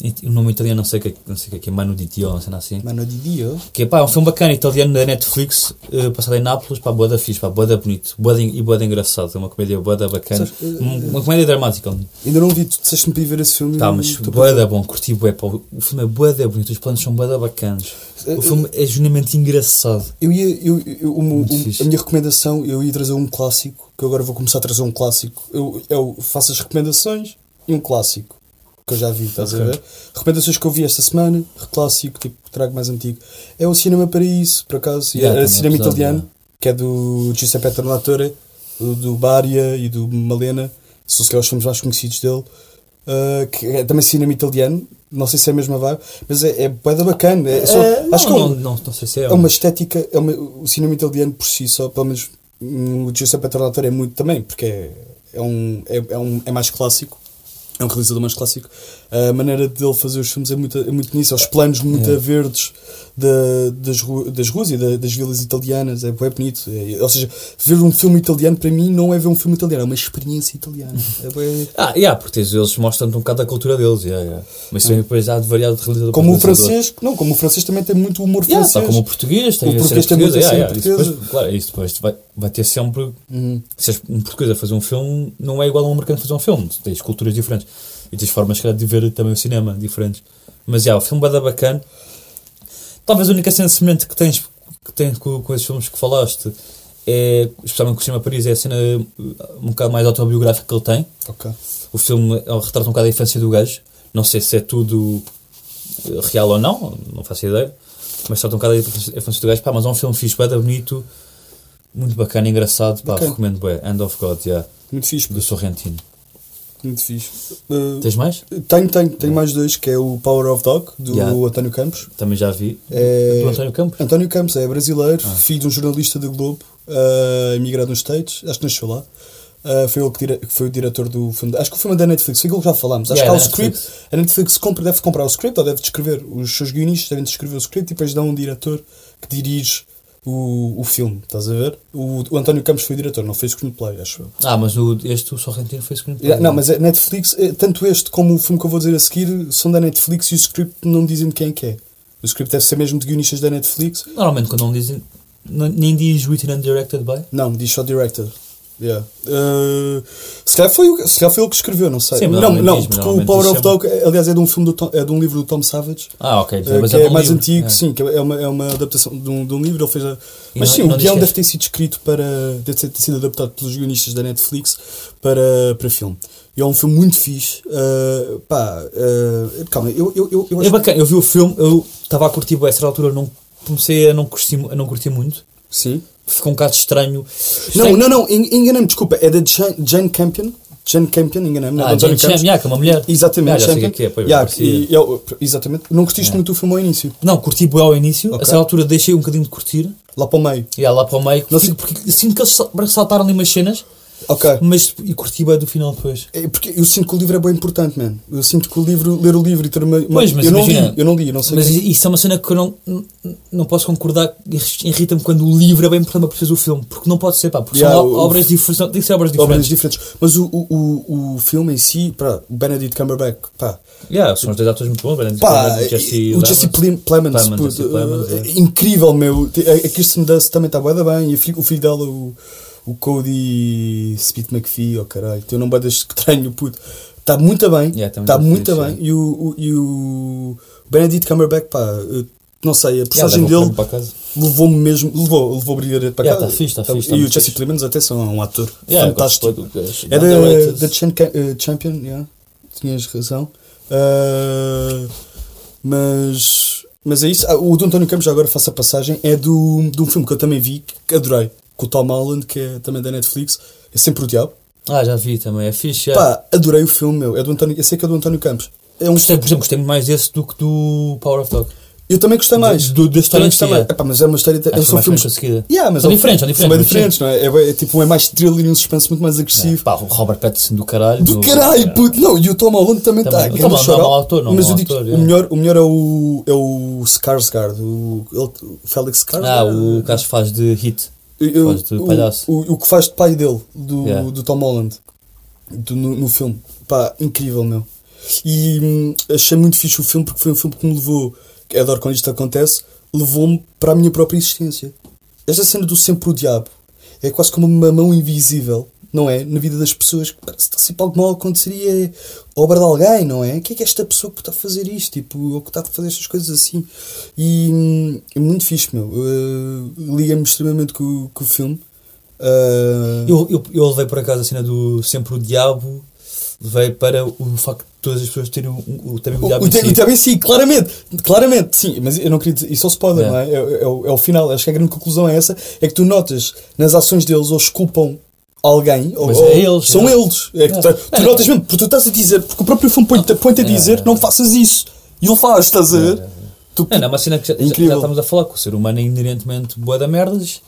E O nome italiano não sei o que, é- não sei o que é que é, Mano di Dio, uma cena assim.
Mano de Dio.
Que pá, é um filme bacana, italiano da Netflix, eh, passado em Nápoles, pá, boa da fixe, pá, boa da bonito, boa da, en- e boa da engraçado, é uma comédia boa da bacana,
Sabes, eh,
Um- uma comédia dramática.
Ainda não vi, tu disseste-me para ir ver esse filme.
Tá,
e
mas
tu-
boa da bom, curti bué, pá, o o filme é boa da bonito, os planos são boa da bacanas,
Eh,
o filme é genuinamente engraçado.
Eu ia, eu, eu- o meu-
Muito
o-
fixe.
a minha recomendação, eu ia trazer um clássico, que eu agora vou começar a trazer um clássico. Eu, eu faço as recomendações e um clássico, que eu já vi, estás a ver? Recomendações que eu vi esta semana, clássico, tipo, trago mais antigo. É o Cinema Paraíso, por acaso,
Yeah,
é,
também,
cinema
apesar de-
italiano, que é do Giuseppe Tornatore, do- do Baria e do Malena, são se calhar os filmes mais conhecidos dele. Uh, que é também cinema italiano, não sei se é a mesma vibe, mas é, é bué da bacana. é só-
Eh,
acho que é
não,
um-
não, não, não sei se é.
é uma estética, é uma- o cinema italiano por si só, pelo menos hum, o Giuseppe Tornatore é muito também, porque é, é um, é, é um- é mais clássico, É um realizador mais clássico. A maneira dele fazer os filmes é muito, é muito nisso. Os planos muito
Yeah.
verdes da- das, ru- das ruas e da- das vilas italianas. É, bué bonito. É, ou seja, ver um filme italiano para mim não é ver um filme italiano, é uma experiência italiana. É bué-
Ah, yeah, porque tens- eles mostram-te um bocado a cultura deles, yeah, yeah. mas também depois há de variar de realidade
Ah. Como o francês, não, como o francês também tem muito humor
Yeah,
francês.
tal como o português,
O
tem a cena
português tem muito
portuguesa,
a
Ah,
cena
yeah, yeah, isso
portuguesa.
depois, claro, isso depois vai, vai ter sempre.
Uhum.
Se és um português a fazer um filme, não é igual a um americano a fazer um filme. Tu Tens culturas diferentes e tens formas, se calhar, de ver também o cinema diferentes. Mas yeah, o filme vai dar bacana. Talvez a única cena semelhante que tens, que tens com, com esses filmes que falaste é, especialmente com o cinema Paris, é a cena uh, um bocado mais autobiográfica que ele tem.
Ok.
O filme eh, retrata um bocado a infância do gajo. Não sei se é tudo eh, real ou não, não faço ideia. Mas retrata um bocado a infância a infância do gajo. Pá, mas é um filme fixe, bada bonito, muito bacana, engraçado. Pá,
Bacana.
recomendo bem. Hand of God, yeah,
Muito fixe, pá.
do Sorrentino.
muito fixe. Uh,
Tens mais?
tenho, tenho, tenho mais dois, que é o Power of Dog, do
Yeah.
António Campos.
Também já vi.
É-
Do António Campos. Ah.
António Campos é brasileiro, filho de um jornalista de Globo, ah, emigrado nos States, acho que nasceu lá. Ah, foi ele que, dire- que foi o diretor do filme. Acho que o filme é da Netflix, foi aquilo que já falámos. Acho
Yeah,
que há o
da
script.
Netflix.
A Netflix compra, deve comprar o script ou deve descrever. Os seus guionistas devem descrever o script e depois dão um diretor que dirige o, o filme. Estás a ver? O, o António Campos foi o diretor, não fez screenplay, acho eu.
Ah, mas o, este, o Sorrentino, foi screenplay.
Yeah, Não, mas a Netflix, eh, tanto este como o filme que eu vou dizer a seguir, são da Netflix e o script não dizem de quem que é. O script deve ser mesmo de guionistas da Netflix
Normalmente, quando não dizem. não- Nem diz written and directed by.
Não, diz só director. Yeah. Uh, se, calhar foi, o- se calhar foi ele que escreveu, não sei.
Sim, mas
não,
normalmente
não,
diz, mas
porque o
normalmente
Power
diz
of Dog, aliás, é de um filme do Tom- é de um livro do Tom Savage.
Ah, ok.
eh,
mas
que é,
de um
mais
livro.
antigo,
É.
sim, que é uma, é uma adaptação de um, de um livro. Ele fez a...
E
Mas
não-
sim,
e não
o
diz
guião
que é
deve ter sido escrito para. deve ter sido adaptado pelos guionistas da Netflix para, para filme. E é um filme muito fixe. Uh, pá, uh, calma, eu, eu, eu, eu
É
acho
bacana, eu vi o filme, eu estava a curtir, bué, a certa altura não comecei a não curtir, a não curtir muito.
Sim.
Ficou um bocado estranho.
Não, não, não, en- enganei-me, desculpa, é da Jane, Jane Campion. Jane Campion, enganei-me. não é
Ah,
do António
Jane
Campos.
Champion, que é uma mulher.
Exatamente,
Ah, já sei
Champion.
o que é que é, pois,
Yeah,
parecia. É.
e eu- exatamente. Não curtiste muito o filme ao início,
Não, curti bem ao início,
Ok.
a certa altura deixei um bocadinho de curtir,
lá para o meio.
e lá para o meio,
Não
fico- porque sinto que eles sal- saltaram ali umas cenas,
Ok.
mas e curti bem do final depois.
É porque eu sinto que o livro é bem importante, mano. Eu sinto que o livro, ler o livro e ter uma. uma-
Pois, mas
eu, não
imagina-
li, eu não li, eu não sei.
Mas
quem-
isso é uma cena que eu não, n- não posso concordar, irrita-me quando o livro é bem importante para perceber o filme, porque não pode ser, pá, porque
Yeah,
são o,
o-
obras diferentes, não, tem que ser obras diferentes.
obras diferentes. Mas o, o, o, o filme em si, pá, o Benedict Cumberbatch, pá,
Yeah, são os dois atores muito bons, Benedict
Pá,
Cumberbatch e Jesse
o Jesse Plim- Plemons,
Plemons,
puto,
Jesse Plemons,
é
é.
incrível, meu. Te- é, A, a Kirsten Dunst também está bué da bem, e a fi- o filho dela, o, o Cody Smith McPhee, oh caralho, teu nome bué de estranho, puto. Está muito bem, está
Yeah, tá muito
muito
fixe,
bem. E, o, o- e o Benedict Cumberbatch, pá, eh, não sei, a personagem
leva o
dele
prêmio para casa.
levou-me mesmo, levou, levou brilhante para cá.
Yeah, tá fixe, tá fixe, tá
E o
muito
Jesse
fixe.
Plemons, até são um ator
Yeah,
fantástico.
eu gosto do gajo.
É
Não, não, é-
da, da Chan- eh, Champion, yeah. tinhas razão. Ah, mas, mas é isso. Ah, o do António Campos, já agora faço a passagem, é do, de um filme que eu também vi, que adorei, com o Tom Holland, que é também da Netflix. É sempre o diabo.
Ah, já vi também, é fixe. é.
Pá, adorei o filme, meu. É do António, eu sei que é do António Campos. É um,
Gostei, por exemplo, gostei muito mais desse do que do Power of Dog.
eu também gostei mais.
do- da história
Também
em
gostei
si,
mais.
é.
Epá, mas é uma história.
Acho que
são
mais
filmes.
conseguida.
Yeah, mas
São
é um-
diferentes, são
bem
diferentes,
diferentes, não é? É, bem- é tipo um é mais thriller e um suspense muito mais agressivo.
É, Pá, o Robert Pattinson do caralho.
Do
no-
caralho, puto! Não, e o Tom Holland também tá,
Também.
está.
O Tom Holland não é mau ator, não é
Mas
mau
eu digo,
ator,
o,
é.
melhor, o melhor é o, é o Skarsgård, o, ele- o Félix Skarsgård.
Ah, o gajo faz de hit.
Eu-
faz de
o-
palhaço.
O, o que faz de pai dele, do,
Yeah.
do Tom Holland, do- no, no filme. Pá, incrível, meu. E hum, achei muito fixe o filme porque foi um filme que me levou, que adoro quando isto acontece, levou-me para a minha própria existência. Esta cena do sempre o diabo é quase como uma mão invisível, não é? Na vida das pessoas, que parece que sempre algo mal aconteceria, é obra de alguém, não é? O que é que é esta pessoa que está a fazer isto? Tipo, ou que está a fazer estas coisas assim? E hum, é muito fixe, meu. Uh, Liga-me extremamente com, com o filme. Uh,
Eu, eu, eu levei por acaso a cena do Sempre o Diabo, levei para o facto de todas as pessoas terem um, um, também o
O,
Diabo
o,
em
te-
si.
o Diabo em si, claramente, claramente, sim, mas eu não queria dizer, isso é o spoiler,
É.
não é? É, é o, é o final, acho que a grande conclusão é essa, é que tu notas nas ações deles, eles culpam alguém, ou,
Mas é
ou-
eles,
são
não é?
eles, é que
É.
tu, tu notas mesmo, porque tu estás a dizer, porque o próprio filme põe-te põe-te a dizer, não faças isso, e ele faz, estás a ver? É um Tu-
Não, não, é uma cena que já, já-
Incrível.
já estamos a falar, que o ser humano é inerentemente boa da merdas,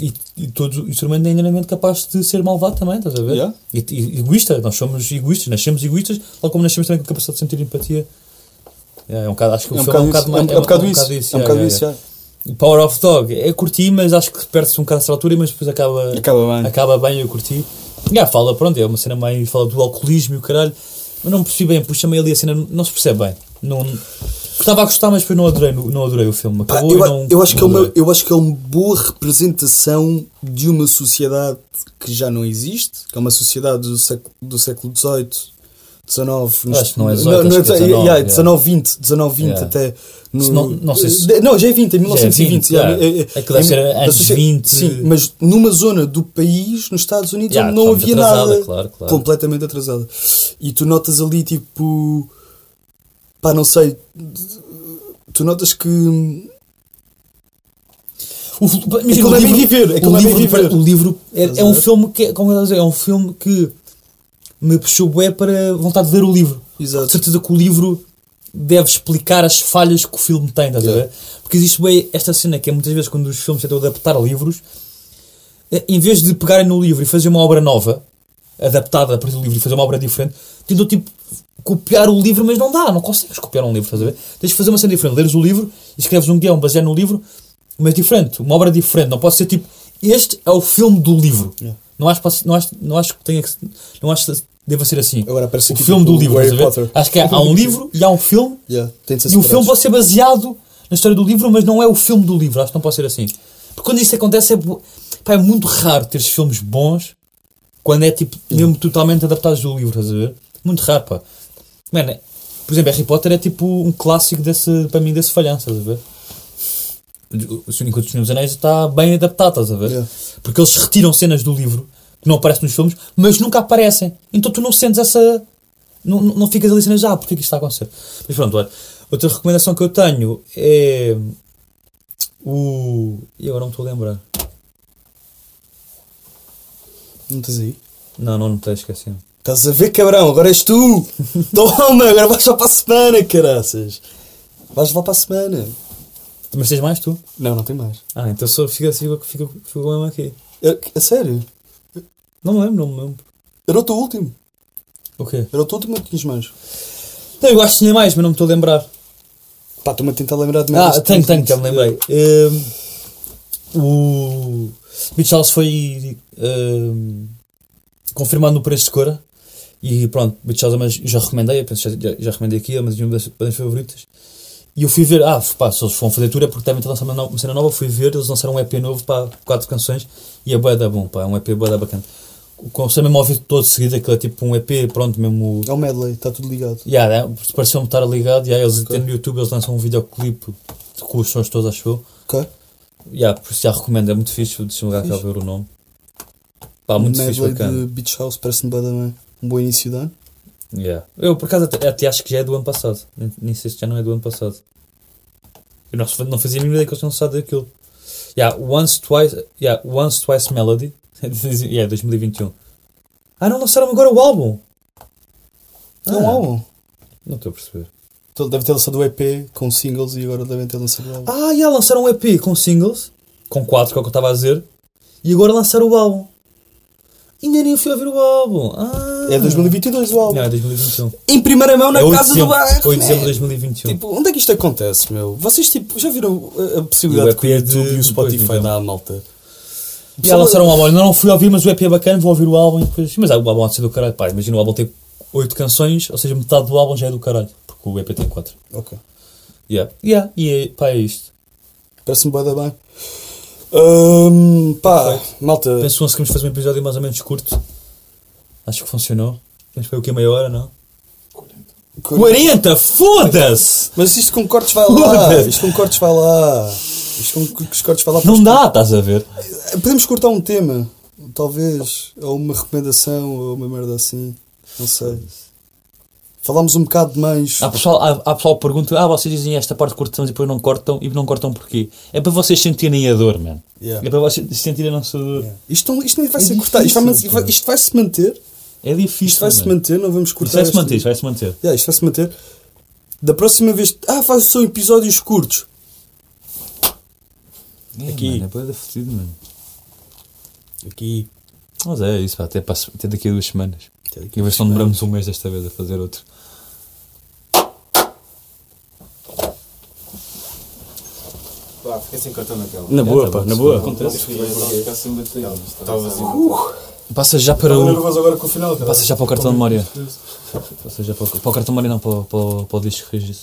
E, e todo o ser humano é inherentemente capaz de ser malvado também, estás a ver?
Yeah.
E, e- egoísta, nós somos egoístas, nascemos egoístas, tal como nascemos também com a capacidade de sentir empatia. Yeah, é um bocado, acho que o
É um
filme é um
bocado
bocado
isso, é
mais-
um bocado isso, é um
yeah,
bocado
yeah,
isso,
yeah. E Power of Dog, é curti, mas acho que perde-se um bocado essa altura, mas depois acaba,
Acaba bem.
acaba bem, eu curti. Yeah, fala, pronto, é uma cena mais, fala do alcoolismo e o caralho, mas não percebi bem, puxa meio ali a cena, não se percebe bem. Não, estava a gostar, mas depois não adorei, não adorei o filme.
Pá,
Acabou
eu,
e
a-
não,
eu acho que é
não
uma,
adorei.
eu acho que é uma boa representação de uma sociedade que já não existe, que é uma sociedade do século, do século XVIII, XIX,
Acho que não é 18, acho que
19,
é 19,
yeah, 19, 20, 19, 20
Yeah.
até. no-
Se não- não sei se-
De- não, já é 20, em 1920.
20,
yeah, é,
yeah. Aquilo deve
em-
ser
a
anos
socie-
20.
Sim, mas numa zona do país, nos Estados Unidos,
Yeah,
onde não havia
totalmente atrasada,
nada.
claro, claro.
Completamente atrasada. E tu notas ali, tipo. Pá, não sei. Tu notas que
O, imagina,
Aquilo é bem viver, aquilo
o
é bem
livro,
viver.
O livro
Estás
é,
a
é um
ver?
filme que, é- como eu estava a dizer, é um filme que me puxou bué para vontade de ler o livro.
Exato.
De certeza que o livro deve explicar as falhas que o filme tem, estás a
Yeah.
ver? Porque existe bué esta cena que é muitas vezes quando os filmes tentam adaptar a livros, eh, em vez de pegarem no livro e fazer uma obra nova, adaptada a partir do livro e fazer uma obra diferente, tentam tipo copiar o livro, mas não dá, não consegues copiar um livro, estás a ver? Tens de fazer uma cena diferente, leres o livro e escreves um guião baseado no livro, mas diferente, uma obra diferente, não pode ser tipo este é o filme do livro. Não, acho, pass- não, acho, não acho que tenha que se- não acho que deva ser assim.
Agora parece
o
aqui
filme
tipo
do livro,
Harry
estás a ver?
Potter.
Acho que é, há um livro e há um filme
Yeah, tem de ser
e o
separados.
filme pode ser baseado na história do livro, mas não é o filme do livro. Acho que não pode ser assim. Porque quando isso acontece, é, bo- pá, é muito raro teres filmes bons quando é tipo mesmo totalmente adaptados do livro, estás a ver? Muito raro, pá. Mano, é- por exemplo, Harry Potter é tipo um clássico desse, para mim desse falhança, estás a ver? O Senhor Enquanto os Senhores Anéis está bem adaptado, estás a ver?
Yeah.
Porque eles retiram cenas do livro que não aparecem nos filmes, mas nunca aparecem. Então tu não sentes essa. Não, não não ficas ali cenas, ah, porque é que isto está a acontecer? Mas pronto, olha. Outra recomendação que eu tenho é. O. E agora não me estou a lembrar.
Não estás aí?
Não, não, não estou esquecendo.
Estás a ver, cabrão? Agora és tu! Toma! Agora vais lá para a semana, caraças! Vais lá para a semana!
Mas tens mais tu?
Não, não tem mais.
Ah, então só fica, fica, fica, fica o problema aqui.
Eu- a sério?
Não me lembro, não me lembro.
Era o teu último.
O quê?
Era o teu último que tinhas mais.
Não, Então, eu acho que tinha mais, mas não me estou a lembrar.
Pá, estou-me a tentar lembrar de merdas
Ah,
que
tenho,
tinhas
tenho, já
dito.
me lembrei. Hum, o Mitch Charles foi hum, confirmado no preço de cora. E pronto, Mitch Charles mas eu já recomendei, eu penso que já, já, já recomendei aqui, é uma das minhas bandas favoritas. E eu fui ver, ah, pá, se eles foram fazer tour é porque devem ter lançado uma, no- uma cena nova. Fui ver, eles lançaram um EP novo, pá, quatro canções e é boa da bom, pá, é um EP boa da bacana. Conselho mesmo a ouvir todo de seguida, aquilo é tipo um EP, pronto, mesmo.
É o medley, está tudo ligado.
Yeah, né? Pareceu-me estar ligado. Yeah, eles até no YouTube eles lançam um videoclipe com os sons todos, acho eu.
Ok?
Yeah, por isso já recomendo, é muito fixe. Deixa um gajo já ver o nome. Pá, Tá muito fixe,
medley
bacana.
de Beach House parece-me bem também. Um bom início de ano.
Yeah. Eu por acaso até, até acho que já é do ano passado. Nem, nem sei se já não é do ano passado. Eu não, não fazia a mínima ideia que eles tinham lançado aquilo. Yeah, once, twice, yeah, once, twice Melody. é yeah, 2021. Ah, não lançaram agora o álbum?
É um
Ah.
álbum.
Não estou a perceber.
Então, Deve ter lançado o EP com singles e agora devem ter lançado o álbum.
Ah, já lançaram um EP com singles, com quatro, que é o que eu estava a dizer, e agora lançaram o álbum. Ainda nem fui ouvir o álbum. Ah.
É 2022 o álbum.
Não, é 2021.
Em primeira mão na
é 8
casa
de
do
dezembro,
bairro.
8 de
man.
dezembro de 2021.
Tipo, onde é que isto acontece, meu? Vocês tipo, já viram a, a
E
possibilidade
o
que o
EP de-
YouTube e o
depois, então.
Spotify
não
dá à malta?
já lançaram um álbum. Ainda não fui ouvir, mas o EP é bacana, vou ouvir o álbum e depois. Mas ah, o álbum há de ser do caralho. Pá, imagina o álbum tem 8 canções, ou seja, metade do álbum já é do caralho, porque o EP tem 4.
Ok.
Yeah. Yeah. E é, pá, é isto.
Parece-me bada bem. Hum, pá, malta.
Penso que conseguimos fazer um episódio mais ou menos curto. Acho que funcionou. Mas foi o que? Meia hora, não?
40.
40! Foda-se!
Mas isto com cortes vai lá.
Foda-se.
Isto com cortes vai lá. Isto com cu- os cortes vai lá.
Não dá, estás a ver?
Podemos cortar um tema. Talvez. Ou uma recomendação. Ou uma merda assim. Não sei. Falámos um bocado de mães.
Há pessoal, há, há pessoal que pergunta, ah, vocês dizem esta parte cortamos e depois não cortam, e não cortam porquê? É para vocês sentirem a dor, mano.
Yeah.
É para vocês sentirem a nossa dor.
Isto, não- isto nem vai
É
ser cortado. Isto
difícil,
vai,
cara.
isto vai se manter.
É difícil,
Isto vai se
mano.
manter. Não vamos cortar.
Isto vai-se
esta-
manter, isto vai-se manter.
Yeah, isto vai se manter. Da próxima vez. Ah, faz são episódios curtos.
Aqui. Mano, é bué da fodido, mano.
Aqui.
Mas é isso, pá, até, para, a se- até daqui a duas semanas.
Até daqui
e a ver se não demoramos um mês desta vez a fazer outro.
Pá, fiquei sem cartão naquela.
Na boa, pá, na boa.
Acontece.
Fui bem porque ficar sem bateria. Estava assim.
Passa já para o.
agora com o final, cara.
Passa já para o cartão de memória. Passa já para o, para o cartão de memória, não, para, o- para, o- para o disco rígido.